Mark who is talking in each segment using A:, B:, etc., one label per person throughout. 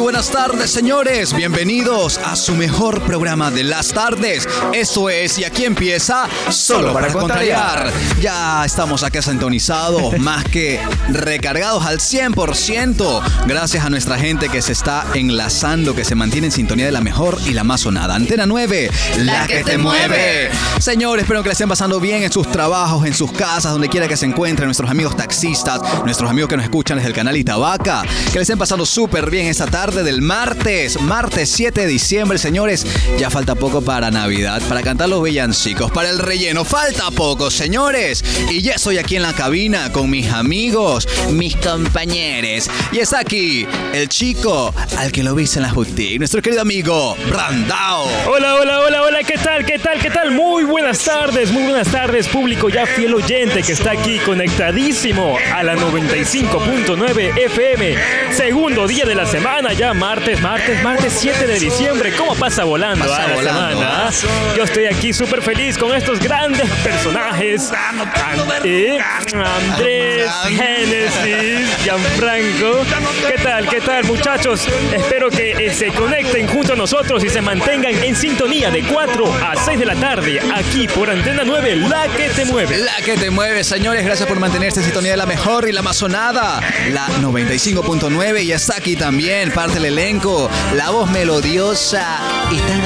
A: buenas tardes, señores. Bienvenidos a su mejor programa de las tardes. Esto es Y aquí empieza Solo para, contrariar. Ya estamos acá sintonizados, más que recargados al 100%. Gracias a nuestra gente que se está enlazando, que se mantiene en sintonía de la mejor y la más sonada. Antena 9, la, que, te mueve. Señores, espero que la estén pasando bien en sus trabajos, en sus casas, donde quiera que se encuentren. Nuestros amigos taxistas, nuestros amigos que nos escuchan desde el canal Itabaca. Que les estén pasando súper bien esta tarde del martes, martes 7 de diciembre, señores. Ya falta poco para Navidad, para cantar los villancicos, para el relleno. Falta poco, señores. Y ya estoy aquí en la cabina con mis amigos, mis compañeros. Y está aquí el chico al que lo viste en la boutique, nuestro querido amigo Brandao.
B: Hola, hola, hola, hola, ¿qué tal? ¿Qué tal? ¿Qué tal? Muy buenas tardes, muy buenas tardes, público ya fiel oyente que está aquí conectadísimo a la 95.9 FM. Segundo día de la semana, ya martes, martes, martes 7 de diciembre. ¿Cómo pasa volando
A: Pasa
B: ah, la
A: volando,
B: semana?
A: ah.
B: ah? Yo estoy aquí súper feliz con estos grandes personajes. An- eh, Andrés, Génesis, Gianfranco. ¿Qué tal? ¿Qué tal, muchachos? Espero que eh, se conecten junto a nosotros y se mantengan en sintonía de 4 a 6 de la tarde aquí por Antena 9, la que te mueve.
A: La que te mueve, señores. Gracias por mantenerse en sintonía de la mejor y la más sonada. La 95.9 y está aquí también, parte del elenco. La voz melodiosa y tan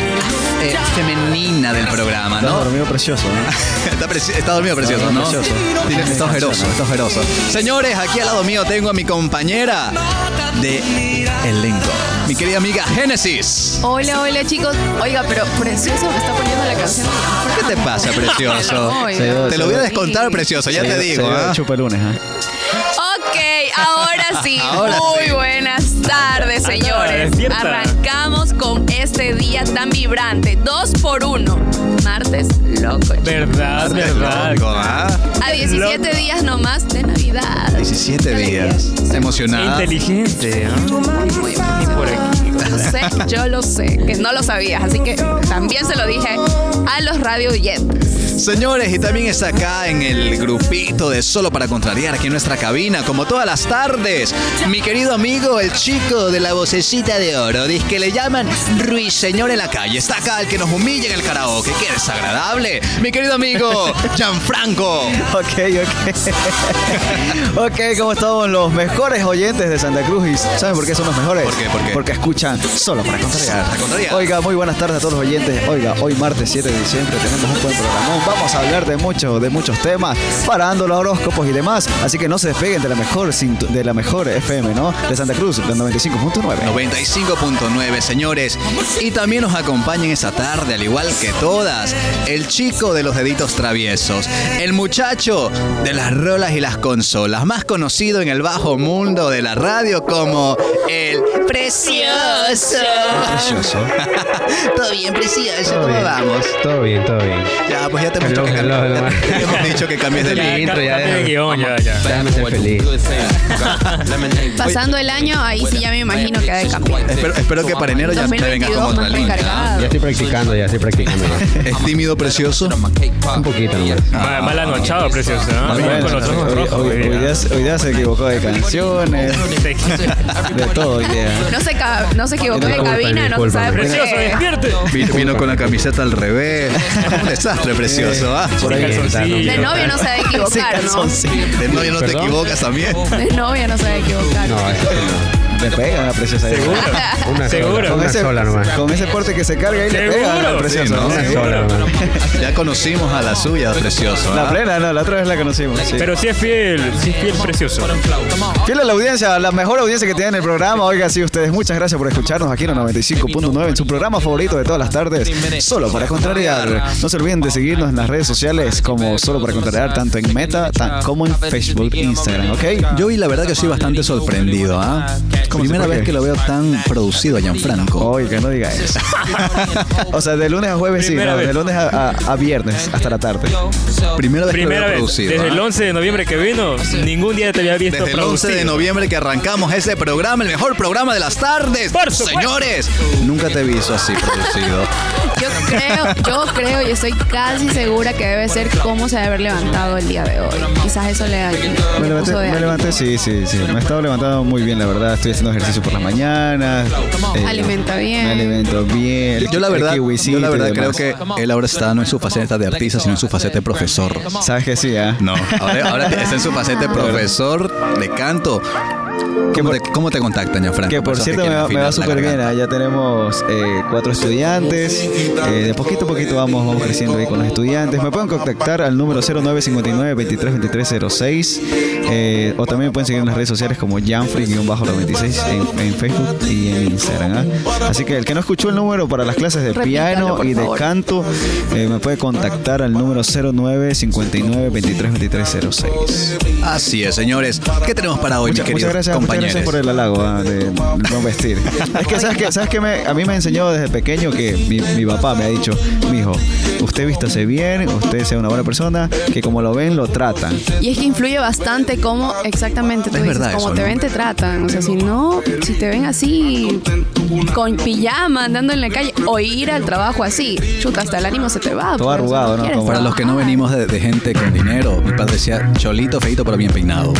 A: eh, femenina del programa,
C: Está
A: ¿no?
C: dormido precioso,
A: ¿eh?
C: ¿no?
A: Está, preci- está dormido precioso,
C: dormido
A: ¿no?
C: precioso.
A: Tiene- Está ojeroso, está ojeroso. Señores, aquí al lado mío tengo a mi compañera de elenco, mi querida amiga Génesis.
D: Hola, hola chicos. Oiga, pero precioso me está poniendo la canción.
A: ¿Qué te pasa, precioso?
D: Ay,
C: Se dio-
A: Te lo voy a descontar, precioso, ya te digo. ¿ah?
C: Chupa lunes,
D: Ok, ahora sí.
A: Ahora
D: Muy
A: sí.
D: buenas tardes,
B: Anda,
D: señores.
B: despierta.
D: Arrancamos con este día tan vibrante. Dos por uno. Martes loco. chicos.
B: Verdad, verdad.
A: Loco, ¿ah?
D: A 17
B: Loco.
D: días nomás de Navidad.
A: 17
D: Qué
A: días. Emocionada.
B: Inteligente, ¿no?
D: Muy bien.
B: Por aquí.
D: Lo sé, yo lo sé, que no lo sabías, así que también se lo dije a los radio oyentes.
A: Señores, y también está acá en el grupito de Solo para Contrariar, aquí en nuestra cabina, como todas las tardes, mi querido amigo, el chico de la vocecita de oro, dice que le llaman Ruiseñor en la calle. Está acá el que nos humilla en el karaoke. ¡Qué desagradable! Mi querido amigo, Gianfranco.
C: Ok, ok. ok, ¿cómo estamos? Los mejores oyentes de Santa Cruz. ¿Y saben por qué son los mejores?
A: ¿Por qué? ¿Por qué?
C: Porque escuchan solo para contrariar.
A: Para contrariar.
C: Oiga, muy buenas tardes a todos los oyentes. Oiga, hoy martes 7 de diciembre tenemos un buen programón. Vamos a hablar de muchos, de muchos temas, parando los horóscopos y demás. Así que no se despeguen de la mejor, sinto- de la mejor FM, ¿no? De Santa Cruz, del 95.9.
A: 95.9, señores. Y también nos acompañan esta tarde, al igual que todas, el chico de los deditos traviesos, el muchacho de las rolas y las consolas, más conocido en el bajo mundo de la radio como el precioso.
C: Precioso.
A: Todo bien, precioso,
E: Todo
A: ¿cómo
E: bien.
A: vamos?
E: Todo bien, todo bien.
A: Ya, pues ya te hemos dicho
E: Hello,
A: que
E: hello,
A: cambies-
E: hello.
A: ya te hemos dicho que cambies de
E: Ya,
A: línea.
E: intro, ya,
B: cambia de
E: ya.
B: guión, ya, ya.
E: Déjame ser feliz.
D: Pasando el año, ahí sí ya me imagino que ha de cambiar.
A: Espero, espero que para enero ya te vengas con
D: 2022
A: otra
D: más
A: línea.
D: recargado.
E: Ya estoy practicando, ya estoy practicando. ya.
A: ¿Es tímido, precioso?
E: Un poquito nomás.
B: Ma- Mal anochado, precioso. ¿no?
C: Bueno,
B: Venía con los ojos
C: hoy-
B: rojos.
C: hoy- hoy
B: venía.
C: día se- hoy día se equivocó de canciones. De todo hoy día.
D: No se, ca- no se equivocó de
E: Disculpa,
D: cabina, no se sabe por
B: Precioso,
D: qué.
B: despierte.
A: Vino, vino con la camiseta al revés. Un desastre precioso, ¿ah?
E: Por ahí está, ¿no?
D: De novio no se debe equivocar, ¿no?
A: De novio no te
E: ¿Perdón?
A: equivocas también.
D: De novio no se debe equivocar.
C: eh.
E: No, es
C: Le pegan a Preciosa. ahí.
B: Seguro.
E: una sola,
B: Seguro.
E: una
C: ese,
E: sola nomás.
C: con ese porte que se carga ahí le
B: Seguro.
C: pegan a Preciosa.
A: Sí, ¿no?
E: Una sola nomás.
A: Ya conocimos a la suya, precioso.
C: La
A: ¿ah?
C: plena, no, la otra vez la conocimos. sí.
B: Pero sí es fiel, sí es fiel, precioso.
C: Fiel a la audiencia, a la mejor audiencia que tiene en el programa. Oiga, sí, ustedes, muchas gracias por escucharnos aquí en el 95.9, en su programa favorito de todas las tardes, Solo para Contrariar. No se olviden de seguirnos en las redes sociales como Solo para Contrariar, tanto en Meta tan- como en Facebook, Instagram, ¿ok?
A: Yo y la verdad que soy bastante sorprendido, ¿ah?
C: ¿Cómo
A: Primera
C: se- por
A: vez
C: qué?
A: que lo veo tan producido a Gianfranco.
C: Oiga, no diga eso. o sea, de lunes a jueves sí,
B: Primera
C: no, de
B: vez.
C: lunes a, a- a viernes, hasta la tarde. Oh.
A: Primera vez que lo
B: Primera
A: veo
B: vez,
A: producido.
B: desde
A: ¿ah?
B: el 11 de noviembre que vino, ningún día te había visto
A: Desde el 11 de
B: producido.
A: noviembre que arrancamos ese programa, el mejor programa de las tardes.
B: Por supuesto.
A: Señores, nunca te he visto así producido.
D: Yo creo, yo creo y estoy casi segura que debe ser cómo se debe haber levantado el día de hoy. Quizás eso le, le
C: Me levanté,
D: puso de
C: me
D: ánimo.
C: levanté, sí, sí, sí. Me he estado levantando muy bien, la verdad. Estoy haciendo ejercicio por las mañanas. eh,
D: Alimenta bien.
C: Me alimento bien.
A: Yo la verdad,
C: el kiwisito
A: yo la
C: y
A: verdad creo
C: demás.
A: que él ahora está no en su faceta de artista, sino en su faceta de profesor.
C: Sabes que sí, ¿ah?
A: No, ahora, ahora está en su faceta de profesor de canto. ¿Cómo te, cómo te contactan, ya Franco?
C: Que por
A: Personas
C: cierto me
A: quieren
C: va, me va
A: afinar la
C: súper bien.
A: garganta.
C: ah, Ya tenemos eh, cuatro estudiantes. eh, de poquito a poquito vamos, vamos creciendo ahí con los estudiantes. Me pueden contactar al número 0959-232306. eh, o también me pueden seguir en las redes sociales como Janfrey-96 en, en Facebook y en Instagram. ah. Así que el que no escuchó el número para las clases de
D: Repítalo,
C: piano
D: por
C: y de
D: favor.
C: canto eh, me puede contactar al número 0959-232306.
A: Así es, señores. ¿Qué tenemos para hoy,
C: Mucha-
A: mis
C: muchas
A: queridos
C: gracias, muchas
A: compañeros?
C: gracias por el halago ah, de, de no vestir. es que sabes que, sabes que me- a mí me enseñó desde pequeño que mi, mi papá me ha dicho, mijo, usted vístase bien, usted sea una buena persona, que como lo ven, lo tratan.
D: Y es que influye bastante cómo exactamente tú
A: Es
D: dices,
A: verdad
D: cómo
A: eso,
D: te
A: ¿no?
D: ven, te tratan. O sea, si no, si te ven así, con pijama, andando en la calle, o ir al trabajo así, chuta, hasta el ánimo se te va.
C: Todo
D: pues,
C: arrugado, ¿no?
D: quieres
C: Como-
A: Para los que no
D: trabajar.
A: venimos de, de gente con dinero, mi padre decía cholito, feito, pero bien peinado.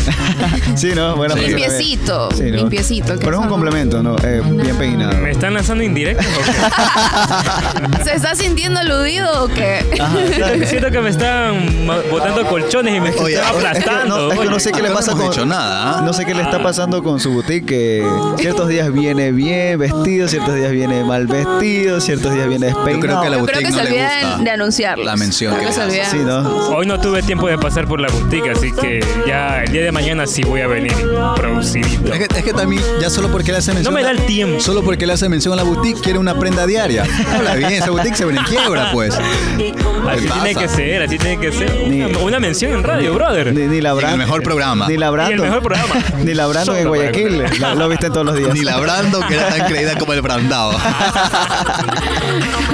C: sí, ¿no? Bueno,
A: Sí.
D: Limpiecito, limpiecito, que
C: Pero es un
D: eso-
C: complemento, ¿no? Eh, bien peinado.
B: ¿Me están lanzando indirectos o
D: ¿Se está sintiendo aludido o qué?
B: qué? Siento que me están ma- botando colchones y me
A: Oye,
B: están
A: ahora-
C: Es que
B: aplastando.
C: no, es que no
B: oye.
C: sé qué
A: Acá
C: le
A: no
C: pasa
A: hemos
C: con,
A: dicho nada, ¿ah?
C: No sé qué le está pasando con su boutique que ciertos días viene bien vestido, ciertos días viene mal vestido, ciertos días viene despeinado.
A: que la
D: Yo creo
A: boutique no
D: que se
A: le gusta
D: olvidan de anunciarlos.
A: la mención
D: Creo
A: que
D: que se
A: le hace.
D: olvidan.
C: Sí, ¿no?
B: Hoy no tuve tiempo de pasar por la boutique, así que ya el día de mañana sí voy a venir producidito.
A: Es que, es que también, ya solo porque le hace mención.
B: me da el tiempo.
A: Solo porque le hace mención a la boutique, quiere una prenda diaria. Habla bien, esa boutique se ven en quiebra, pues. ¿Qué
B: Así tiene
A: pasa?
B: que ser, así tiene que ser.
C: Ni-
B: Una, una mención en radio, brother.
C: Ni, ni la
A: En
C: Brand-
A: el mejor programa.
C: Ni la
B: y el
C: Brandon.
B: mejor programa.
C: Ni labrando en
B: Solo para
C: Guayaquil.
B: que-
C: la- Lo viste todos los días.
A: Ni la Brando, que era tan creída como el Brandao.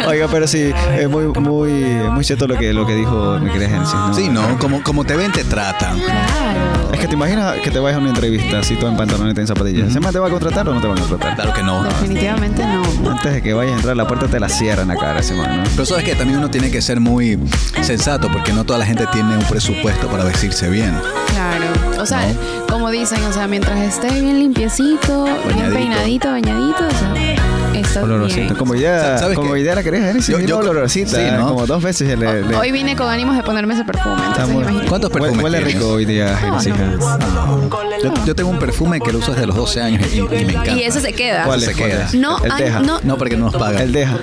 C: Oiga, pero sí, es muy, muy, muy cierto lo que, lo que dijo mi querida Genesis, ¿no?
A: Sí, no, como, como te ven, te tratan.
D: Claro.
C: Es que te imaginas que te vayas a una entrevista así todo en pantaloneta y en zapatillas. ¿Se te va a contratar o no te van a contratar?
A: Claro que no.
D: Definitivamente no.
C: Antes de que vayas a entrar a la puerta te la cierran la cara, semana, ¿no?
A: Pero sabes que también uno tiene que ser muy sensato porque no toda la gente tiene un presupuesto para vestirse bien.
D: Claro. O sea, como dicen, o sea, mientras esté bien limpiecito, bien
A: Bañadito.
D: peinadito, bañadito, o sea, estás
C: Olorosito.
D: bien.
C: Como idea,
A: ¿Sabes
C: como
A: qué?
C: idea la querés Genesis.
A: Yo-
C: Yo,
A: yo-
C: olorosita,
A: sí, ¿no?
C: ¿eh? como dos veces le, le-
D: Hoy vine con ánimos de ponerme ese perfume,
C: Está
D: entonces
C: muy-
D: imagínate.
A: ¿Cuántos
C: Huele-
A: perfumes
C: Huele
A: tienes?
C: rico hoy día, Genesis. ¿ah?
A: Yo, yo tengo un perfume que lo uso desde los 12 años y, y me encanta.
D: Y eso se queda.
C: ¿Cuál
A: se
C: es? ¿Cuál
A: queda.
C: es?
D: No,
C: el
D: hay-
C: deja.
D: no.
A: No, porque no nos pagan.
C: El deja.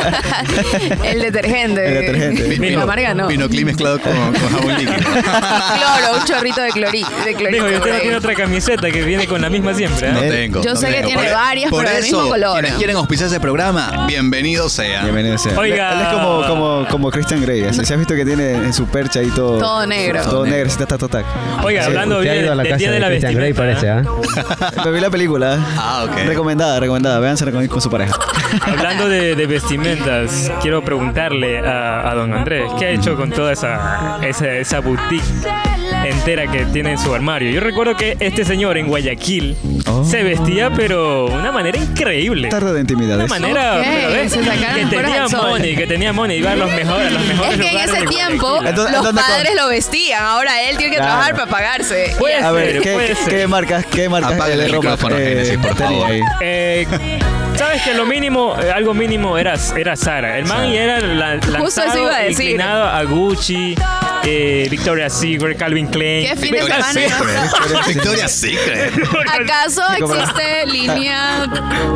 D: el detergente.
C: El detergente.
A: Vin-
D: La marca no.
A: Vinoclí mezclado con, con jabón líquido.
D: Cloro, un chorrito de clori, de clorito.
B: Mijo, y usted no
D: por
B: tiene
D: ahí.
B: otra camiseta que viene con la misma siempre, ¿eh?
A: No tengo.
D: Yo
A: no
D: sé que
A: tengo.
D: tiene varias, pero del mismo color.
A: Quienes quieren auspiciar ese programa, bienvenido sea.
C: Bienvenido sea.
B: Oiga.
C: Él es como, como, como Christian Grey. Así, ¿Se has visto que tiene en su percha ahí todo.
D: Todo negro.
C: Todo negro, sí, tac, tac, tac, tac.
B: Oiga,
C: Sí.
B: hablando
E: Usted ha
B: bien
E: ido a la
B: del
E: casa
B: día de la
E: de Christian Grey, parece,
B: vestimenta.
E: ¿ah?
C: Me vi la película.
A: Ah, ok.
C: Recomendada, recomendada. Véanse con, con su pareja.
B: Hablando de, de vestimentas, quiero preguntarle a, a don Andrés, ¿qué ha hecho con toda esa, esa, esa boutique entera que tiene en su armario? Yo recuerdo que este señor en Guayaquil
C: Oh.
B: se vestía, pero de una manera increíble.
C: Tarde de
B: De
C: intimidades.
B: una manera
D: Ok,
B: pero ves,
D: se sacaron
B: que
D: fuera
B: tenía
D: del sol.
B: money, que tenía money, iba a los mejores, a los mejores
D: Es que en
B: lugares
D: ese
B: de
D: tiempo
B: Guayaquil.
C: Entonces,
D: los
C: ¿dónde está?
D: padres lo vestían, ahora él tiene que
C: Claro.
D: trabajar para pagarse.
B: Puede
C: A ver,
B: ser, puede
C: ¿qué,
B: ser.
C: qué marcas, qué marcas
A: Apaga
C: de
A: el
C: ropa eh,
A: micrófono, Génesis, por
C: tenía
A: favor.
C: ahí?
B: Eh, Sabes que lo mínimo, eh, algo mínimo era, era Sara. El man era la, lanzado,
D: Justo eso iba a decir.
B: inclinado a Gucci, eh, Victoria's Secret, Calvin Klein.
D: ¿Qué fin de semana?
A: Secret. Victoria's Secret.
D: ¿Acaso existe línea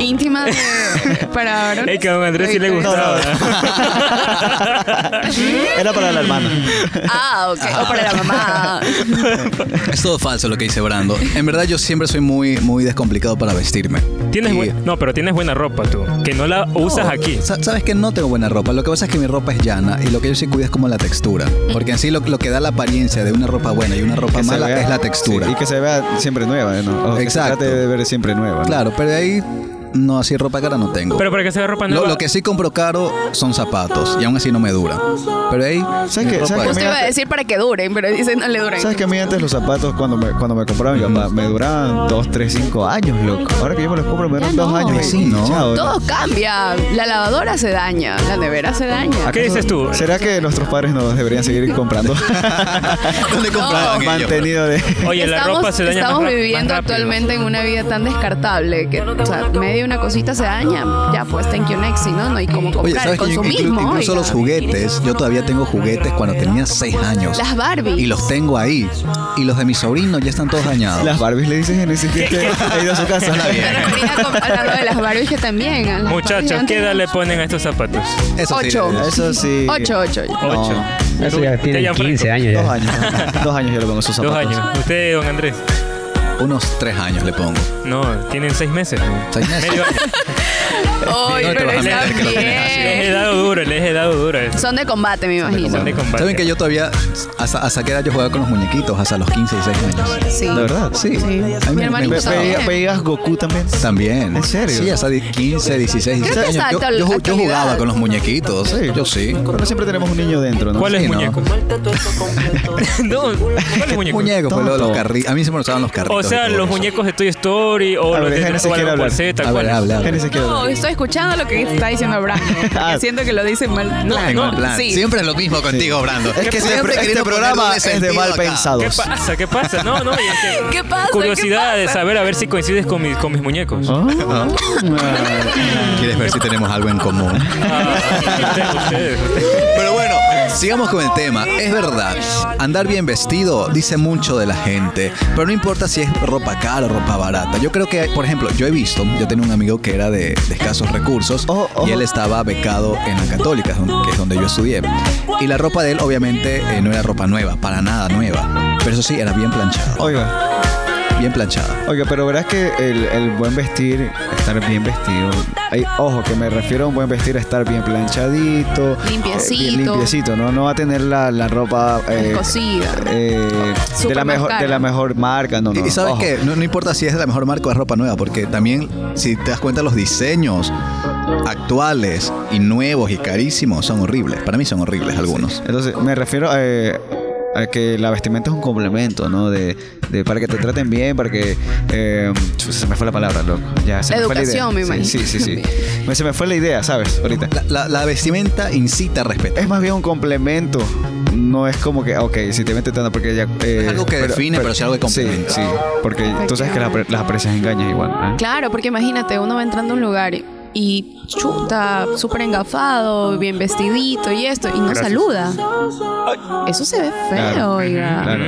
D: íntima de- para ahora?
B: Es que a don Andrés sí le gustaba.
C: Era para la hermana.
D: Ah, ok. O para la mamá.
A: Es todo falso lo que dice Brando. En verdad yo siempre soy muy, muy descomplicado para vestirme.
B: Tienes
A: Y-
B: buen- no, pero tienes buena ropa tú, que no la usas aquí.
A: Sa- Sabes que no tengo buena ropa. Lo que pasa es que mi ropa es llana y lo que yo sí cuido es como la textura. Porque en sí lo, lo que da la apariencia de una ropa buena y una ropa
C: Que se
A: mala
C: vea-
A: es la textura.
C: sí, y que se vea siempre nueva, ¿eh? ¿no? O que se
A: Exacto.
C: Trate de ver siempre nueva. ¿no?
A: Claro, pero de ahí No, así ropa cara no tengo.
B: Pero para que se vea ropa nueva.
A: Lo, lo que sí compro caro son zapatos y aún así no me duran. Pero ahí,
C: ¿Sabes
A: mi
C: qué?
A: ropa
C: ¿Sabes
A: es-
C: qué?
D: Justo iba a decir para que duren, pero dice no le duren.
C: ¿Sabes que a mí antes los zapatos, cuando me, cuando me compraba mi papá, me duraban 2, 3, 5 años, loco? Ahora que yo me los compro, me duran
D: Ya
C: 2
D: no.
C: años. y-
A: Sí, ¿no?
C: chao,
D: Todo cambia. La lavadora se daña, la nevera se daña.
B: ¿Qué dices tú?
C: ¿Será que nuestros padres nos deberían seguir comprando?
A: ¿Dónde compraban ellos?
C: Mantenido de...
B: Oye, la
D: estamos,
B: ropa se daña
D: Estamos
B: más rap-
D: viviendo
B: más rápido.
D: actualmente en una vida tan descartable que, o sea, medio una cosita se daña, ya pues thank you next, ¿no? No hay como comprar,
A: Oye, ¿sabes que yo- inclu-
D: consumismo.
A: incluso
D: oiga.
A: los juguetes? Yo todavía tengo juguetes cuando tenía 6 años.
D: Las Barbies.
A: Y los tengo ahí. Y los de mis sobrinos ya están todos dañados.
C: Las Barbies le dicen Genesis que este ha ido a su casa.
A: Está bien.
D: Me refería con- hablando de las Barbies que también. a las Barbies
B: Muchachos,
D: antes-
B: ¿qué edad le ponen a estos zapatos?
A: Eso sí,
D: Ocho.
A: eh,
C: Eso sí.
D: Ocho, ocho. ocho.
C: No,
B: Ocho.
E: Eso ya
B: Te
E: tiene
B: llaman
E: 15
B: Franco.
E: años
C: Dos
E: ya.
C: años. Dos años yo lo pongo esos
B: Dos
C: zapatos.
B: años. Usted, don Andrés.
A: unos 3 años le pongo.
B: No, tienen seis meses.
A: Seis meses.
B: Medio año.
D: Ay,
A: No te
D: pero
A: vas a
D: está
A: meter que los tenés así.
B: Les he
D: bien.
B: dado duro, les he dado duro. Son
D: Son de combate, me imagino.
B: de combate.
A: ¿Saben que yo todavía, hasta, hasta qué edad yo jugaba con los muñequitos? Hasta los 15 y 6 años.
D: Sí.
C: ¿De verdad?
A: Sí.
D: Sí.
A: A mí
D: Mi
A: me- me
D: hermanito
C: Ve-
A: gustaba.
C: veía- ¿Veías Goku también?
A: También.
C: ¿En serio?
A: Sí, hasta de 15, 16,
D: Creo
A: 17
D: que hasta
A: años. Yo,
D: actual-
A: yo ju- yo jugaba
D: actualidad.
A: con los muñequitos. Yo sí.
C: Pero siempre tenemos un niño dentro, ¿no?
B: ¿Cuál es
A: Sí, ¿no?
B: muñeco? No, ¿cuál es muñeco?
A: Muñecos, pues, los, los
C: Tonto.
A: carri- A mí se me gustaban los carritos.
B: O sea,
A: y todo
B: los
A: eso.
B: muñecos de Toy Story o
C: A
B: los
C: ver,
B: de
C: déjense
B: o
C: quiere
B: la
C: hablar.
B: Balseta,
A: A ver,
B: ¿cuáles?
A: habla, habla.
C: Genesis que
D: No, estoy escuchando lo que está diciendo Abraham.
C: Ah.
D: porque Siento que lo dice mal. plan.
A: Mal plan.
D: Sí.
A: Siempre es lo mismo contigo, Brando.
C: Es que
A: siempre
C: siempre este
A: queriendo
C: programa
A: ponerle
C: es de
A: sentido
C: mal
A: acá.
B: ¿Qué
C: pensados.
B: pasa? ¿Qué pasa? No, no, y es que-
D: ¿Qué pasa?
B: curiosidad
D: ¿Qué
B: de
D: pasa?
B: saber a ver si coincides con mis, con mis muñecos.
C: Ah.
A: ¿Quieres ver si tenemos algo en común?
B: Ah, ustedes, ustedes, ustedes.
A: Pero bueno, sigamos con el tema. Es verdad, andar bien vestido dice mucho de la gente, pero no importa si es ropa cara o ropa barata. Yo creo que, por ejemplo, yo he visto, yo tenía un amigo que era de, de escasos recursos
C: Ojo, ojo.
A: y él estaba becado en la católica, que es donde yo estudié. Y la ropa de él obviamente eh, no era ropa nueva, para nada nueva. Pero eso sí, era bien planchada,
C: Oiga,
A: bien planchada.
C: oiga, pero verás que el, el buen vestir, estar bien vestido. ay, ojo, que me refiero a un buen vestir a estar bien planchadito. eh, bien
D: Limpiecito.
C: limpiecito, ¿no? No va a tener la, la ropa. eh,
D: Cocida.
C: eh, de,
D: Súper
C: la
D: más
C: mejor,
D: cara.
C: de la mejor marca, no, no.
A: Y- y sabes
C: ojo.
A: qué, no, no importa si es de la mejor marca de ropa nueva, porque también si te das cuenta los diseños actuales y nuevos y carísimos son horribles. Para mí son horribles algunos.
C: Entonces, me refiero a, eh, a que la vestimenta es un complemento, ¿no? De, de- para que te traten bien, para que... eh, chu, se me fue la palabra, loco. Ya, se
D: La
C: me fue
D: educación,
C: la
D: me
C: idea.
D: imagino.
C: Sí, sí, sí. sí. Me- se me fue la idea, ¿sabes? Ahorita.
A: La, la- la vestimenta incita a respeto.
C: Es más bien un complemento. No es como que, ok, si te metes tanto porque ya... eh,
A: Es algo que define, pero sí algo que complementa.
C: Sí, sí. Porque tú sabes que las, apre- las aprecias engañas igual. ¿eh?
D: Claro, porque imagínate, uno va entrando a un lugar y chuta, súper engafado, bien vestidito y esto, y no
B: Gracias.
D: saluda. Eso se ve feo,
C: Claro,
D: oiga.
C: Claro.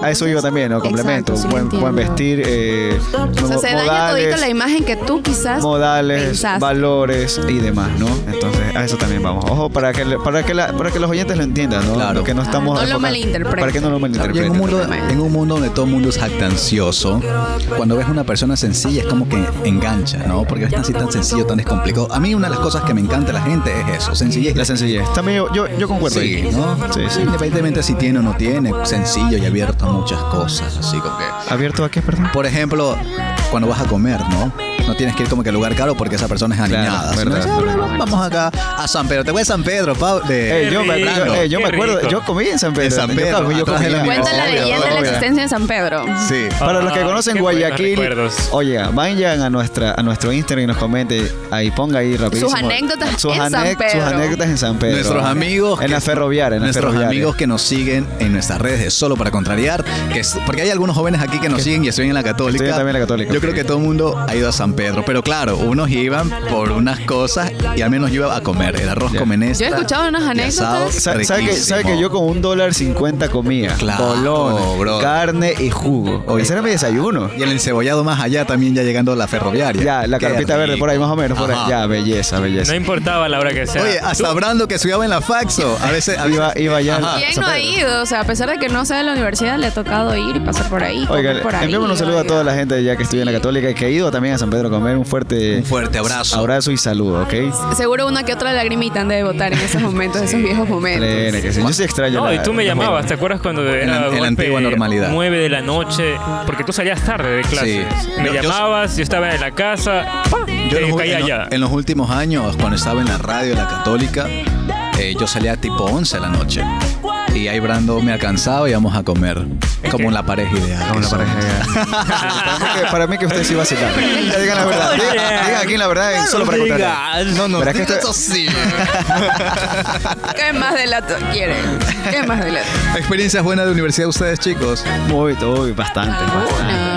C: A- A eso iba también, ¿no? Complemento.
D: Exacto, sí lo
C: buen, buen vestir.
D: entiendo.
C: Eh,
D: O sea, se daña todito la imagen que tú quizás
C: modales,
D: pensaste.
C: valores y demás, ¿no? Entonces, a eso también vamos. Ojo, para que, le- para que, la- para que los oyentes lo entiendan, ¿no?
A: Claro.
C: Que no
D: Ah, no
C: estamos
D: lo
C: enfocados-
D: malinterpreten.
C: Para que no
A: Y en,
C: lo
A: un
C: malinterpreten.
A: mundo, en un mundo donde todo el mundo es jactancioso, cuando ves una persona sencilla es como que engancha, ¿no? Porque es tan, así, tan sencillo, tan descomplicado. A mí una de las cosas que me encanta de la gente es eso, sencillez.
C: La sencillez. También yo, yo, yo concuerdo.
A: Sí,
C: ahí.
A: ¿no?
C: Sí, sí.
A: Independientemente si tiene o no tiene, sencillo y abierto a muchas cosas, así como que...
C: ¿Abierto a qué, perdón?
A: Por ejemplo, cuando vas a comer, ¿no? No tienes que ir como que a lugar caro porque esa persona es
C: Claro,
A: aniñada. sino,
C: verdad,
A: "Ah,
C: verdad.
A: bueno, Vamos acá a San Pedro. Te voy a San Pedro, Pablo.
C: Eh, yo me,
B: rico,
C: acuerdo- eh, yo
B: qué
C: me acuerdo,
B: rico.
C: yo comí en San Pedro.
A: En San
C: Yo
A: Pedro,
C: comí- yo
A: atrás
C: comí
A: de la
C: en-
D: Cuenta la
A: Obvio,
D: leyenda de
A: obvio.
D: la
A: Ah,
D: existencia de San Pedro.
A: Sí.
C: Para los que
B: Ay,
C: conocen
B: qué buenos
C: Guayaquil,
B: recuerdos.
C: oye, vayan a nuestra a nuestro Instagram y nos comenten ahí, ponga ahí rapidísimo
D: anécdotas en San
C: Sus
D: Pedro.
C: anécdotas en San Pedro.
A: Nuestros amigos.
C: en
A: que-
C: la ferroviaria, en la
A: Nuestros
C: ferroviaria.
A: amigos que nos siguen en nuestras redes de Solo para Contrariar. Que es- porque hay algunos jóvenes aquí que nos siguen y estoy en la Católica.
C: Estoy también en la Católica.
A: Yo creo que todo el mundo ha ido a San Pedro. Pero claro, unos iban por unas cosas y al menos yo iba a comer. El arroz
C: Ya.
A: con menestra.
D: Yo he escuchado unas
A: y asado,
D: anécdotas.
C: ¿Sabe, sabe que, sabe que
A: riquísimo.
C: yo con un dólar cincuenta comía?
A: Claro,
C: Colón,
A: bro.
C: carne y jugo.
A: Oye.
C: Ese era mi desayuno.
A: Y el encebollado más allá también ya llegando a la ferroviaria.
C: Ya, la
A: Qué
C: carpita verde, por ahí más o menos. Por ahí.
A: Ajá.
C: Ya, belleza, belleza.
B: No importaba la hora que sea.
A: Oye, hasta Brando que estudiaba en la Faxo. A veces, a veces-
C: Iba, iba ya.
A: Ajá.
C: a
D: ¿Quién
C: ah, San
D: no ha
C: Pedro.
D: ido? O sea, a pesar de que no sea de la universidad, le ha tocado ir y pasar por ahí. comer
C: Oiga,
D: por ahí,
C: enviamos un saludo a
D: oiga.
C: toda la gente ya que estudia en la Católica y que ha ido también a San Pedro Pedro Comer, un fuerte,
A: Un fuerte abrazo.
C: abrazo y saludo, ¿ok?
D: Seguro una que otra lagrimita han de botar en esos momentos, esos viejos momentos.
C: Plena, que sí. Yo sí extraño.
B: No,
C: la-
B: y tú me
C: la-
B: llamabas, ¿te acuerdas cuando
A: la-
B: era
A: en la antigua normalidad.
B: 9 de la noche, porque tú salías tarde de clase.
A: Sí.
B: Me
A: Yo- yo-
B: llamabas, yo, estaba en la casa, ¡pa!
A: Yo en
B: te
A: los- en,
B: caía
A: lo-
B: allá.
A: en los últimos años, cuando estaba en la radio, la católica, eh, yo salía tipo 11 de la noche. Y ahí Brando me alcanzaba y íbamos a comer. Como la pareja ideal.
C: Vamos
A: que
C: a la
A: somos.
C: pareja. para, mí que, para mí que usted sí vacila. Ya Digan la verdad. Digan, digan aquí la verdad en solo para contar.
A: No, no,
C: Pero es que
A: digas
C: esto-
A: así.
D: ¿Qué más delato quieren? ¿Qué más delato?
A: Experiencias buenas de universidad ustedes, chicos.
C: Muy, muy, bastante.
D: Ah,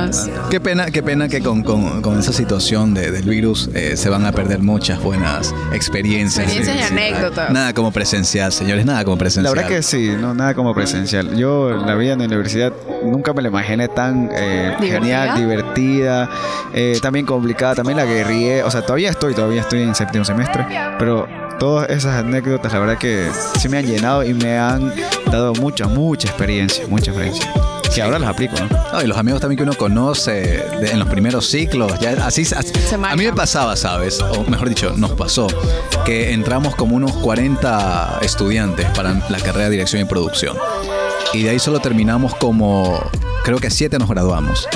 D: Algunas.
A: Qué pena, qué pena que con, con- con esa situación de- del virus eh, se van a perder muchas buenas experiencias.
D: Experiencias y
A: Sí, sí.
D: anécdotas.
A: Nada como presencial, señores, nada como
C: La
A: presencial.
C: verdad que sí, no, nada como presencial. Yo la vida en la universidad nunca me la imaginé tan eh,
D: ¿Divertida?
C: genial, divertida, eh, también complicada, también la guerrillé. O sea, todavía estoy, todavía estoy en séptimo semestre, pero todas esas anécdotas la verdad que sí me han llenado y me han dado mucha, mucha experiencia, mucha experiencia. Que ahora las aplico, ¿no?
A: No, y los amigos también que uno conoce de- en los primeros ciclos, ya así, así- a
D: marcan.
A: mí me pasaba, ¿sabes? O mejor dicho, nos pasó que entramos como unos 40 estudiantes para la carrera de dirección y producción. Y de ahí solo terminamos como creo que siete nos graduamos.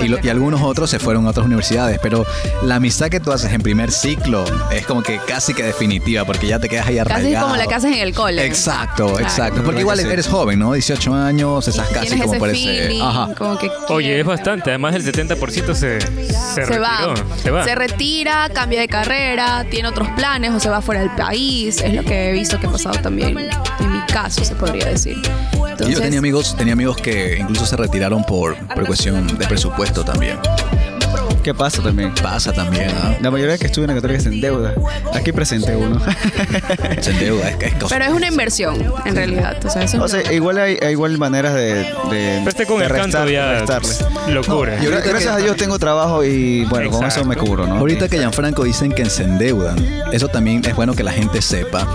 A: Y, lo- y algunos otros se fueron a otras universidades, pero la amistad que tú haces en primer ciclo es como que casi que definitiva, porque ya te quedas ahí arraigado.
D: Casi es como la casa en el cole.
A: Exacto,
D: Claro.
A: exacto. Porque igual eres joven, ¿no? 18 años, estás casi
D: Tienes
A: como
D: ese
A: por ese...
D: feeling,
A: Ajá.
D: como que
B: Oye,
D: quieres.
B: es bastante, además el 70% se, se,
D: se va.
B: retiró, se va.
D: retira, cambia de carrera, tiene otros planes o se va fuera del país. Es lo que he visto que ha pasado también en mi caso, se podría decir.
A: Y yo
D: Entonces,
A: tenía amigos, tenía amigos que incluso se retiraron por, por cuestión de presupuesto también.
C: ¿Qué pasa también?
A: Pasa también, ¿ah?
C: La mayoría que estuve en la católica se endeuda. Aquí presenté uno.
A: Se endeuda, es, es cosa-
D: pero es una inversión, en realidad. O sea, eso es
C: o sea, igual hay, hay igual maneras de, de,
B: Pero este con
C: de
B: el canto
C: restar-
B: ya
C: restarle.
B: locura.
C: Y ahorita gracias a Dios tengo trabajo y bueno, con eso
B: Exacto.
C: me cubro, ¿no?
A: Ahorita que Gianfranco dicen que se endeudan, eso también es bueno que la gente sepa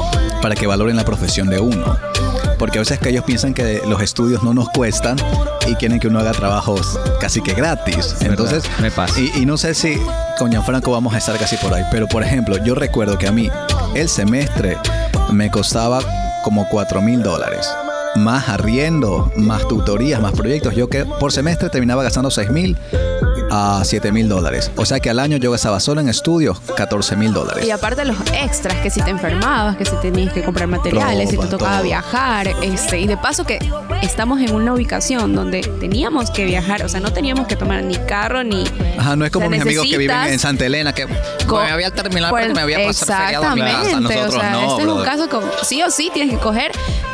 A: para que valoren la profesión de uno. Porque a veces que ellos piensan que los estudios no nos cuestan y quieren que uno haga trabajos casi que gratis. Entonces,
C: me pasa.
A: Y, y no sé si con Gianfranco vamos a estar casi por ahí, pero por ejemplo, yo recuerdo que a mí el semestre me costaba como 4 mil dólares. Más arriendo, más tutorías, más proyectos. Yo que por semestre terminaba gastando 6 mil a 7 mil dólares. O sea que al año yo gastaba solo en estudios 14 mil dólares.
D: Y aparte los extras, que si te enfermabas, que si tenías que comprar materiales, si te
A: Ropa,
D: tocaba
A: todo.
D: viajar, este, y de paso que estamos en una ubicación donde teníamos que viajar, o sea, no teníamos que tomar ni carro ni
A: Ajá, no es como
D: O sea,
A: mis amigos que viven en
D: necesitas
A: Santa Elena, que
D: co-
A: me había terminado
D: por-
A: porque me había pasado feriado a mi
D: Exactamente,
A: casa. Nosotros
D: o sea,
A: no,
D: este es un
A: brother.
D: caso como sí o sí tienes que coger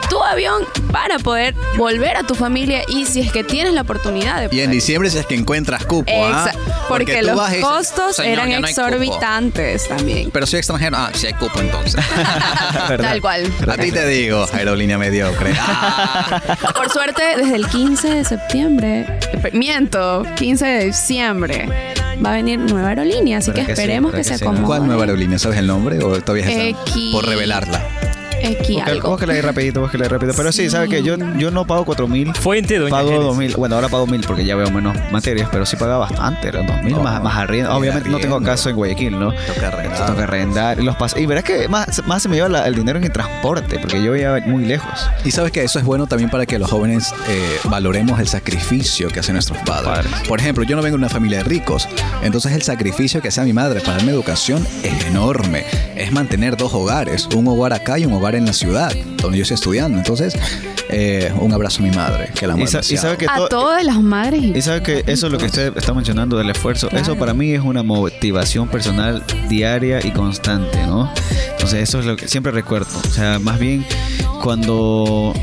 D: tu avión para poder volver a tu familia y si es que tienes la oportunidad de
A: Y en
D: poder.
A: diciembre si es que encuentras cupo, ¿ah?
D: Exa- porque,
A: tú
D: los
A: vas y dices,
D: costos
A: "Señor,
D: eran
A: ya no hay cupo".
D: exorbitantes también.
A: Pero soy extranjero. Ah, sí hay cupo entonces.
D: Tal cual.
A: A ti te digo, aerolínea mediocre. Ah.
D: Por suerte, desde el 15 de septiembre, eh, miento, 15 de diciembre, va a venir nueva aerolínea, así que
C: ¿Verdad que sí?
D: esperemos
C: ¿Verdad
D: que,
C: que
D: se
C: sí, no?
D: acomode.
A: ¿Cuál nueva aerolínea? ¿Sabes el nombre? ¿O todavía es esa?
D: Equi-
A: Por revelarla.
D: Equi
C: Búscale-
D: algo.
C: Búscale ahí rapidito, búscale ahí rápido. Pero sí, ¿sabe que yo, yo no pago 4 mil.
B: Fuente, doña
C: Pago
B: Jerez.
C: 2 mil. Bueno, ahora pago mil porque ya veo menos materias, pero sí pagaba bastante, eran 2 mil
A: No,
C: más, más Oh, arriendo.
A: el
C: Obviamente no tengo
A: arriendo.
C: caso en Guayaquil, ¿no?
A: Toca arrendar.
C: Tengo que arrendar. Los pas y verás que más, más se me lleva la- el dinero en el transporte porque yo iba muy lejos.
A: Y sabes que eso es bueno también para que los jóvenes eh, valoremos el sacrificio que hacen nuestros padres.
C: Padres.
A: Por ejemplo, yo no vengo de una familia de ricos, entonces el sacrificio que hace mi madre para darme educación es enorme. Es mantener dos hogares, un hogar acá y un hogar en la ciudad, donde yo estoy estudiando. Entonces, eh, un abrazo a mi madre, que la amo
C: Y, sa- y
A: demasiado.
C: sabe que
D: A
C: todo-
D: todas las madres y
C: Y sabe que eso es lo que usted está mencionando del esfuerzo. Eso para mí es una motivación personal diaria y constante, ¿no? Entonces eso es lo que siempre recuerdo. O sea, más bien cuando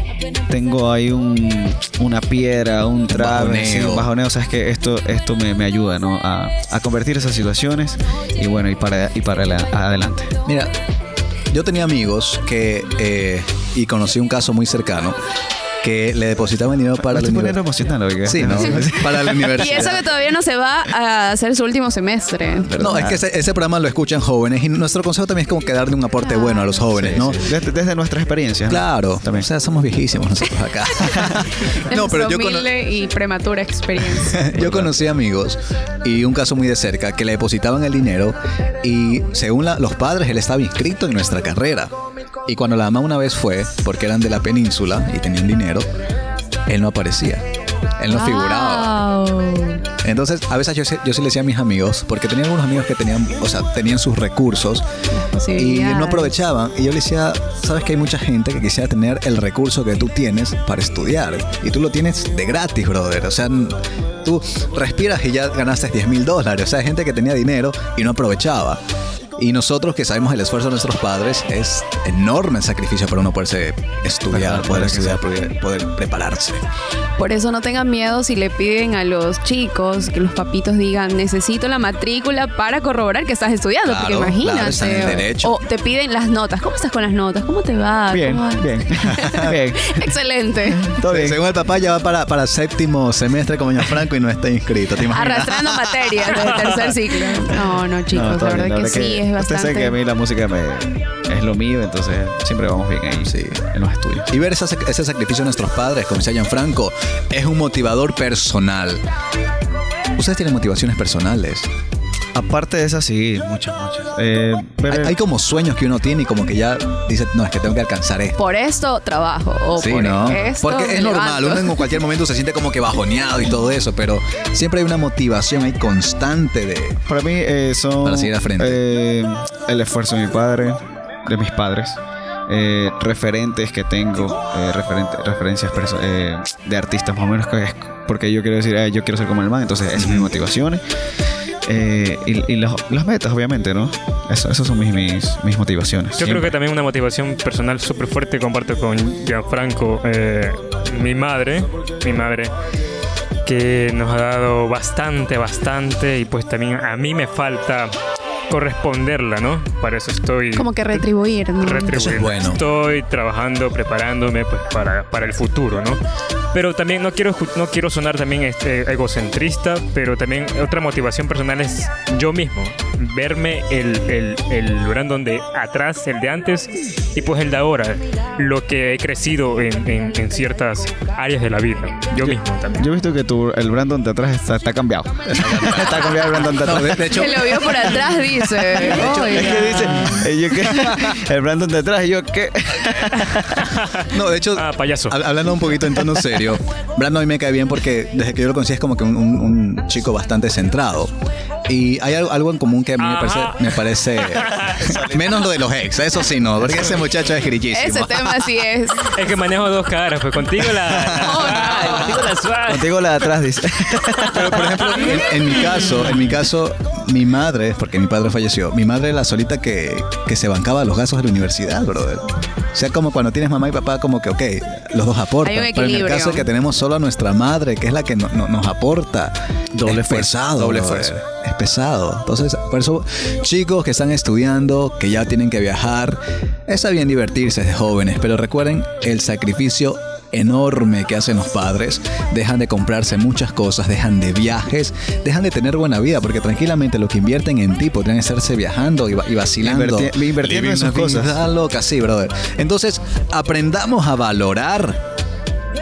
C: tengo ahí un, una piedra, un trave,
A: Bajoneo.
C: sí, un bajoneo, sabes que esto, esto me, me ayuda, ¿no? A, a convertir esas situaciones y bueno, y para, y para la- adelante.
A: Mira, yo tenía amigos que, eh, y conocí un caso muy cercano, que le depositaban dinero para
C: Me
A: el
C: estoy poniendo
A: universidad.
C: emocional, ¿eh? oiga.
A: Sí, ¿no? para la
D: Y eso
A: universidad.
D: que todavía no se va a hacer su último semestre.
A: No, es que ese, ese programa lo escuchan jóvenes y nuestro consejo también es como que darle un aporte bueno a los jóvenes, ¿no?
C: Desde, desde nuestras experiencias. ¿no?
A: Claro,
C: También.
A: o sea, somos viejísimos nosotros acá. no, pero yo, cono-
D: Nuestra humilde y prematura experiencia.
A: yo conocí amigos y un caso muy de cerca que le depositaban el dinero y según la- los padres él estaba inscrito en nuestra carrera. Y cuando la mamá una vez fue, porque eran de la península y tenían dinero, él no aparecía. Él
D: Ah.
A: no figuraba.
D: Wow.
A: Entonces, a veces yo, sí- yo sí le decía a mis amigos, porque tenía algunos amigos que tenían, o sea, tenían sus recursos y
D: Posibilidades.
A: no aprovechaban. Y yo le decía, sabes que hay mucha gente que quisiera tener el recurso que tú tienes para estudiar. Y tú lo tienes de gratis, brother. O sea, n- tú respiras y ya ganaste 10 mil dólares. O sea, hay gente que tenía dinero y no aprovechaba. Y nosotros que sabemos el esfuerzo de nuestros padres, es enorme el sacrificio para uno poderse estudiar,
C: Claro,
A: poder
C: claro que
A: estudiar, poder, poder prepararse.
D: Por eso no tengan miedo si le piden a los chicos que los papitos digan necesito la matrícula para corroborar que estás estudiando, porque
A: Claro, claro, están en
D: imagínate.
A: derecho.
D: o te piden las notas. ¿Cómo estás con las notas? ¿Cómo te va?
C: Bien,
D: ¿Cómo va?
C: bien. bien.
D: Excelente.
C: Todo
A: Se-
C: bien.
A: Según el papá ya va para, para séptimo semestre como Doña Franco y no está inscrito, ¿te imaginas?
D: Arrastrando materias del tercer ciclo. No, no,
C: No,
D: chicos,
C: todo
D: la
C: bien,
D: verdad que, sí, es
C: Usted
D: bastante.
C: sabe que a mí la música me- es lo mío, entonces siempre vamos bien ahí.
A: Sí.
C: En los estudios.
A: Y ver esa- ese sacrificio de nuestros padres, como decía Franco, es un motivador personal. Ustedes tienen motivaciones personales.
C: Aparte de esas, sí, muchas, muchas. Eh,
A: Hay,
C: pero-
A: hay como sueños que uno tiene y como que ya dice, no, es que tengo que alcanzar esto.
D: Por esto trabajo. O
A: Sí,
D: por
A: ¿no?
D: esto
A: Porque
D: me
A: es normal, uno
D: levanto.
A: en cualquier momento se siente como que bajoneado y todo eso, pero siempre hay una motivación ahí constante de...
C: Para mí eh, son
A: Para seguir al frente.
C: eh, el esfuerzo de mi padre, de mis padres, eh, referentes que tengo, eh, referente- referencias perso- eh, de artistas más o menos, que es- porque yo quiero decir, "Ah, yo quiero ser como el man, entonces esas son mis motivaciones. Eh, y y los- las metas, obviamente, ¿no? Eso- Esas son mis, mis, mis motivaciones.
B: Yo creo
C: siempre.
B: que también una motivación personal súper fuerte comparto con Gianfranco, eh, mi madre, mi madre, que nos ha dado bastante, bastante, y pues también a mí me falta corresponderla, ¿no? Para eso estoy
D: Como que retribuir, ¿no?
B: retribuir.
A: Eso es bueno.
B: Estoy trabajando, preparándome pues, para, para el futuro, ¿no? Pero también no quiero, escu- no quiero sonar también este, egocentrista, pero también otra motivación personal es yo mismo. Verme el, el, el Brandon de atrás, el de antes y pues el de ahora. Lo que he crecido en, en- en ciertas áreas de la vida. Yo mismo también.
C: Yo he visto que tu, el Brandon de atrás está, está cambiado. está cambiado el Brandon de atrás.
A: de, de hecho,
D: Que lo vio por atrás, dice.
C: es
D: "Oiga".
C: que dice, eh, yo qué, el Brandon de atrás, y yo qué.
A: No, de hecho,
B: Ah, payaso.
A: hab- hablando un poquito en tono serio, Brandon a mí me cae bien porque desde que yo lo conocí es como que un, un- un chico bastante centrado. Y hay algo, algo en común que a mí me parece,
B: Ajá.
A: me parece- menos lo de los ex, eso sí no, porque ese muchacho es
D: Ese
A: grillísimo.
D: tema sí es.
B: Es que manejo dos caras, pues contigo la, la
D: Oh,
B: suave,
D: no.
B: contigo la suave.
C: Contigo la de atrás, dice.
A: Pero por ejemplo, en, en mi caso, en mi caso, mi madre, porque mi padre falleció, mi madre era la solita que, que se bancaba los gastos de la universidad, brother. O sea, como cuando tienes mamá y papá, como que, ok, los dos aportan.
D: Hay un
A: Pero en el
D: equilibrio.
A: caso de que tenemos solo a nuestra madre, que es la que no- no- nos aporta.
C: Doble
A: es
C: esfuerzo,
A: pesado,
C: doble
A: brother.
C: esfuerzo.
A: Es pesado. Entonces, por eso, chicos que están estudiando, que ya tienen que viajar, está bien divertirse de jóvenes, pero recuerden el sacrificio enorme que hacen los padres. Dejan de comprarse muchas cosas, dejan de viajes, dejan de tener buena vida, porque tranquilamente lo que invierten en ti podrían estarse viajando y, va- y vacilando.
C: Inverti- invirtiendo
A: Living
C: en sus
A: la vida
C: cosas.
A: loca, sí, brother. Entonces, aprendamos a valorar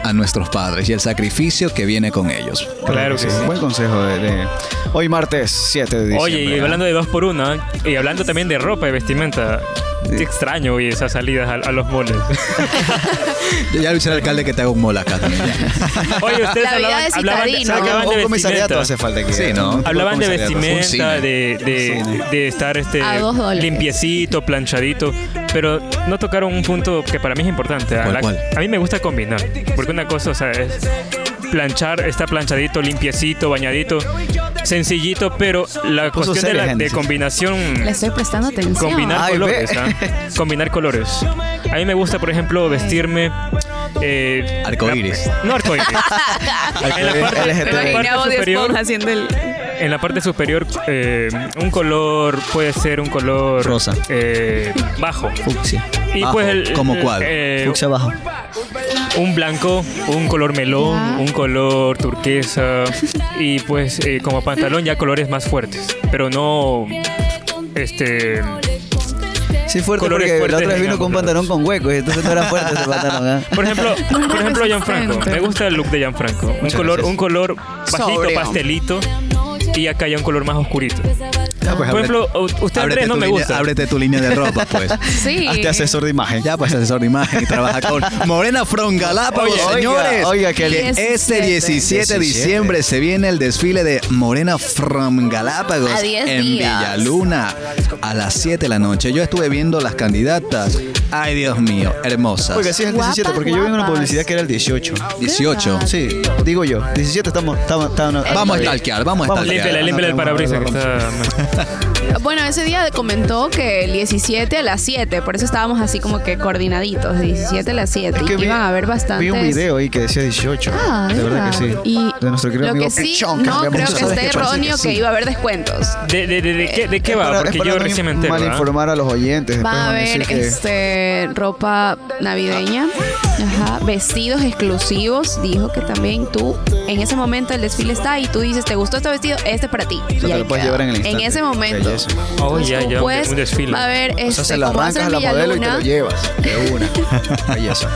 A: a nuestros padres y el sacrificio que viene con ellos.
B: Claro que sí.
C: Buen consejo de, de- hoy martes 7 de diciembre.
B: Oye, y hablando de dos por uno, ¿eh? y hablando también de ropa y vestimenta, qué extraño oye, esas salidas a, a los moles.
A: Ya le hice al alcalde que te haga un mola acá también.
B: Oye, ustedes
D: La vida
B: hablaban,
D: de
B: hablaban, de-
D: citadino.
B: hablaban
C: un
B: de
C: comisariato
B: vestimenta.
C: hace falta aquí.
A: Sí, ¿no?
C: Un
B: Hablaban de
C: comisariato.
A: Un cine.
B: vestimenta, de, de-
C: cine.
B: de estar este
D: A dos dólares.
B: limpiecito, planchadito, pero no tocaron un punto que para mí es importante. A,
A: ¿Cuál,
B: la-
A: cuál?
B: a mí me gusta combinar, porque una cosa o sea, es planchar, está planchadito, limpiecito, bañadito, sencillito, pero la
C: Puso
B: cuestión de,
C: seria,
B: la-
C: gente.
B: de combinación...
D: Le estoy prestando atención.
B: Combinar
C: Ay,
B: colores,
C: ve.
B: ¿ah? Combinar colores. A mí me gusta, por ejemplo, vestirme. Eh,
A: Arcoíris.
B: la- No arcoíris. en, la parte,
D: Me
B: en la
D: imaginé a
B: parte
D: Bob
B: superior,
D: Esponja haciendo el.
B: en la parte superior, eh, un color puede ser un color
A: Rosa.
B: eh, bajo.
A: Fucsia.
B: Y
A: Bajo,
B: pues el-
A: ¿Como cuál?
B: eh,
A: Fucsia bajo.
B: un blanco, un color melón,
D: Ya.
B: un color turquesa y pues eh, como pantalón ya colores más fuertes, pero no este
C: Sí, fuerte
B: Colores
C: porque la
B: fuertes,
C: otra vez vino
B: digamos,
C: con un
B: claro.
C: pantalón con hueco y entonces no era fuerte ese pantalón. ¿ah?
B: por ejemplo, por ejemplo Gianfranco,
D: resistente.
B: me gusta el look de Gianfranco, un color
C: gracias.
B: un color bajito,
A: Sobrio.
B: pastelito y acá ya un color más oscurito.
A: Ya, pues,
B: Por
A: ábrete-
B: ejemplo, u- usted Andrés no
A: tu
B: me
A: línea-
B: gusta.
A: Ábrete tu línea de ropa, pues.
D: Sí.
C: Hazte asesor de imagen.
A: Ya, pues asesor de imagen y trabaja con Morena Frongalápagos,
C: Oye,
A: señores.
C: oiga, oiga, que el-
A: Que este 17
C: 17.
A: de diciembre se viene el desfile de Morena From Galápagos
D: A 10
A: en
D: días.
A: Villaluna a las 7 de la noche. Yo estuve viendo las candidatas. Ay, Dios mío, hermosas.
C: Oiga, sí es el 17, porque yo vi una
D: Guapas,
C: publicidad que era el 18.
A: 18.
C: Sí, digo yo. 17 estamos. estamos, estamos-
A: Vamos a
C: bien.
A: stalkear, vamos a stalkear.
B: Límpiale, límpiale el parabrisas que está
D: Bueno, ese día comentó que el 17 a las 7, por eso estábamos así como que coordinaditos, de 17 a las 7.
C: Es
D: y
C: que vi-
D: iban a haber bastantes.
C: Vi un video ahí que decía 18.
D: Ah,
C: de verdad que sí.
D: Y
C: de nuestro querido
D: lo
C: amigo
D: que sí,
C: Pichón,
D: no
C: cambiamos
D: creo
C: esa
D: que
C: vez
D: esté
C: parece
D: erróneo que,
C: sí.
D: iba a haber descuentos.
B: ¿De, de, de, de qué, de qué
C: Es
B: va?
C: para-
B: Porque
C: es para
B: yo
C: no
B: recién me entero.
C: Mal
B: ¿ah?
C: informar a los oyentes. después
D: Va a
C: van decir
D: haber
C: que-
D: este, ropa navideña, ajá, vestidos exclusivos. Dijo que también tú, en ese momento el desfile está y tú dices, ¿te gustó este vestido? Este es para ti.
C: sea,
D: Y
C: te
D: ahí
C: lo puedes
D: queda.
C: llevar en el instante.
D: ese momento.
C: Belleza.
B: Oh,
D: Entonces,
B: ya,
D: tú
B: ya, un-
D: puedes-
B: un desfile.
D: Va a haber,
C: O
D: este,
C: sea, se la
D: como hacen
C: arrancas a la
D: en
C: modelo y te lo
D: Villaluna,
C: llevas. De una. Belleza.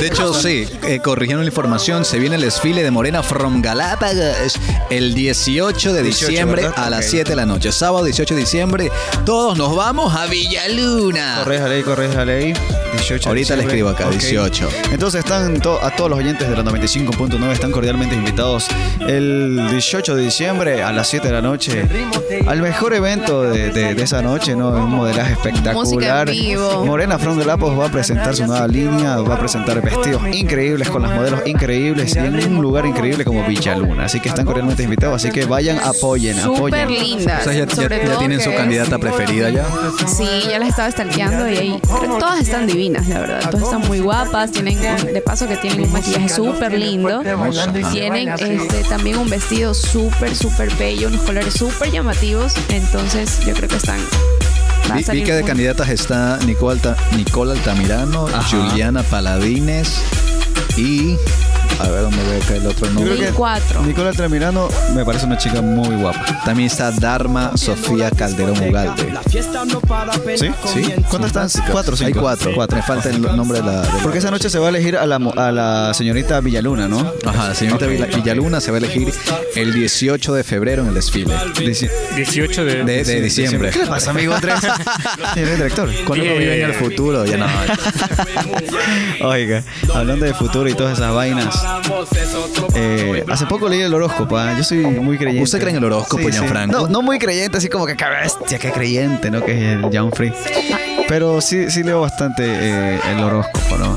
A: De hecho, sí, eh, corrigiendo la información, se viene el desfile de Morena from Galápagos el 18 de
C: 18,
A: diciembre
C: ¿verdad?
A: a las
C: Ok.
A: 7 de la noche. Sábado 18 de diciembre, todos nos vamos a Villaluna.
C: Corréjale ahí, corréjale ahí. 18
A: Ahorita le
C: diciembre.
A: escribo acá,
C: Ok.
A: 18.
C: Entonces están to- a todos los oyentes de la 95.9 están cordialmente invitados el 18 de diciembre a las 7 de la noche al mejor evento de, de- de esa noche, ¿no? Un modelaje
D: Música
C: espectacular.
D: en vivo.
C: Morena From Galapos va a presentar su nueva línea, va a presentar vestidos increíbles con las modelos increíbles y en un lugar increíble como Villaluna. Así que están cordialmente invitados, así que vayan, apoyen,
D: Súper
C: apoyen.
D: lindas.
A: O sea, ya, ya-
D: sobre
A: ya
D: todo
A: tienen
D: que
A: su
D: es-
A: candidata preferida ya.
D: Sí, ya las estaba stalkeando y ahí. pero Todas están divinas, la verdad. Todas están muy guapas. Tienen, un- de paso, que tienen un maquillaje súper lindo. Tienen este, también un vestido súper, súper bello, unos colores súper llamativos. Entonces, yo creo que están. va a
A: Vi, vi
D: salir
A: que de
D: muy-
A: candidatas está Nicole, Alta- Nicole Altamirano, Juliana Paladines y. A ver dónde veo acá el otro
C: Yo creo
A: nombre.
C: que-
D: Cuatro.
C: Nicola Tramirano me parece una chica muy guapa.
A: También está Dharma Sofía Calderón Ugalde.
C: ¿Sí? ¿Sí? ¿Cuántas están? Cuatro,
A: Hay
C: cinco.
A: cuatro. Me falta el nombre de la. de la-
C: Porque esa noche se va a elegir a la, mo- a la señorita Villaluna, ¿no?
A: Ajá, la señorita Vila- Villaluna se va a elegir el 18 de febrero en el desfile.
C: Dici-
B: 18 de...
A: De, de diciembre.
C: ¿Qué le pasa, amigo Andrés? Tiene director.
A: Cuando uno vive en el futuro, ya no.
C: Oiga, hablando de futuro y todas esas vainas. eh, hace poco leí el horóscopo. ah, Yo soy muy creyente.
A: ¿Usted cree en el horóscopo, Gianfranco?
C: No, no muy creyente, así como que qué bestia, qué creyente, ¿no? Que es el Gianfrey. Pero sí, sí leo bastante eh, el horóscopo, ¿no?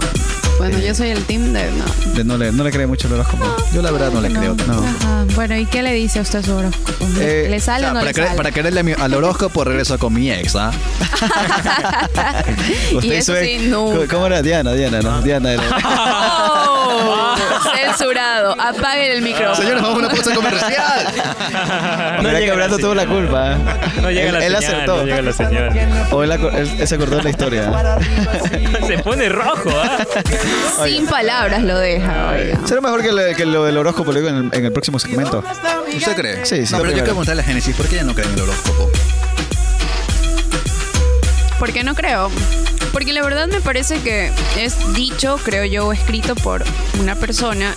D: Bueno, yo soy el team de. No.
C: De no, le, no le cree mucho el horóscopo.
A: Yo la verdad no le creo.
C: No.
D: Ajá. Bueno, ¿y qué le dice a usted su horóscopo? ¿Le,
C: Eh,
D: le sale o no
A: para,
D: le
A: cre-
D: sale?
A: para quererle a mi- al horóscopo regreso con mi ex, ¿ah?
D: y eso
C: hizo
D: sí,
C: el-
D: nunca.
C: ¿Cómo era? Diana, Diana,
B: Ah.
C: ¿no? Diana era.
D: Oh, censurado. Apaguen el micrófono.
A: Señores, vamos a una pausa comercial.
B: Ah, No
C: Mira que
B: llega
C: Brando
B: la
C: tuvo la
B: señal.
C: culpa. ¿eh?
B: No llega
C: él,
B: la
C: él
B: señal,
C: acertó.
B: no llega la señal.
C: O él, aco- él- él se acordó de la historia.
B: Se pone rojo, ¿ah?
D: Sin palabras lo deja. oiga.
C: Será mejor que, le- que lo del horóscopo lo digo en el, en el próximo segmento.
A: ¿Usted cree?
C: Sí, sí,
A: No, pero yo
C: primero.
A: quiero preguntarle a Génesis, ¿por qué ella no cree en el horóscopo?
D: ¿Por qué no creo? Porque la verdad me parece que es dicho, creo yo, o escrito por una persona.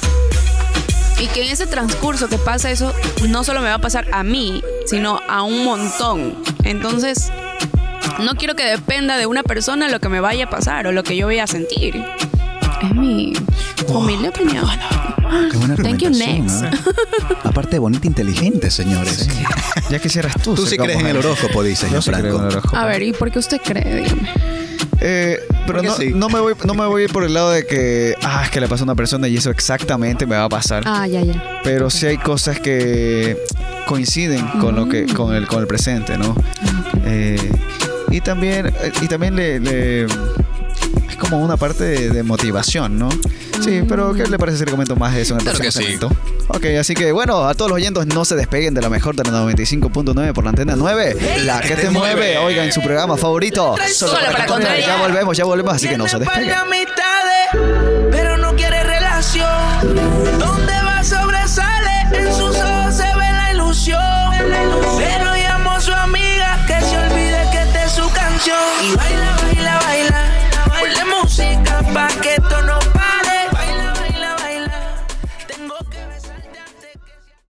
D: Y que en ese transcurso que pasa eso, no solo me va a pasar a mí, sino a un montón. Entonces, no quiero que dependa de una persona lo que me vaya a pasar o lo que yo voy a sentir. Es mi humilde opinión.
A: Qué buena
D: Thank you,
A: argumentación, ¿ah? Aparte, bonita e inteligente, señores.
C: Ya quisieras tú.
A: Tú sí
C: ser como
A: crees en el
C: él.
A: horóscopo, dice
C: Yo sí creo en el
A: Gianfranco.
C: horóscopo.
D: A ver, ¿y por qué usted cree? Dígame.
C: Eh, pero
A: Porque
C: no,
A: sí.
C: no me voy, no me voy a ir por el lado de que, ah, es que le pasó a una persona y eso exactamente me va a pasar.
D: Ah, ya, ya.
C: Pero sí hay cosas que coinciden con lo que con el con el presente, ¿no?
D: Ah,
C: Eh, y también eh, y también le, le- es como una parte de, de motivación, ¿no? Sí, pero ¿qué le parece si le comento más de eso en el
A: Claro
C: próximo
A: que sí.
C: segmento? Ok, así que bueno, a todos los oyentes no se despeguen de la mejor de la 95.9 por la antena 9, la que te mueve, oigan, su programa favorito.
D: Solo para
C: contar.
D: contrariar.
C: Ya volvemos, ya volvemos, así que no se despeguen.
F: Para mitad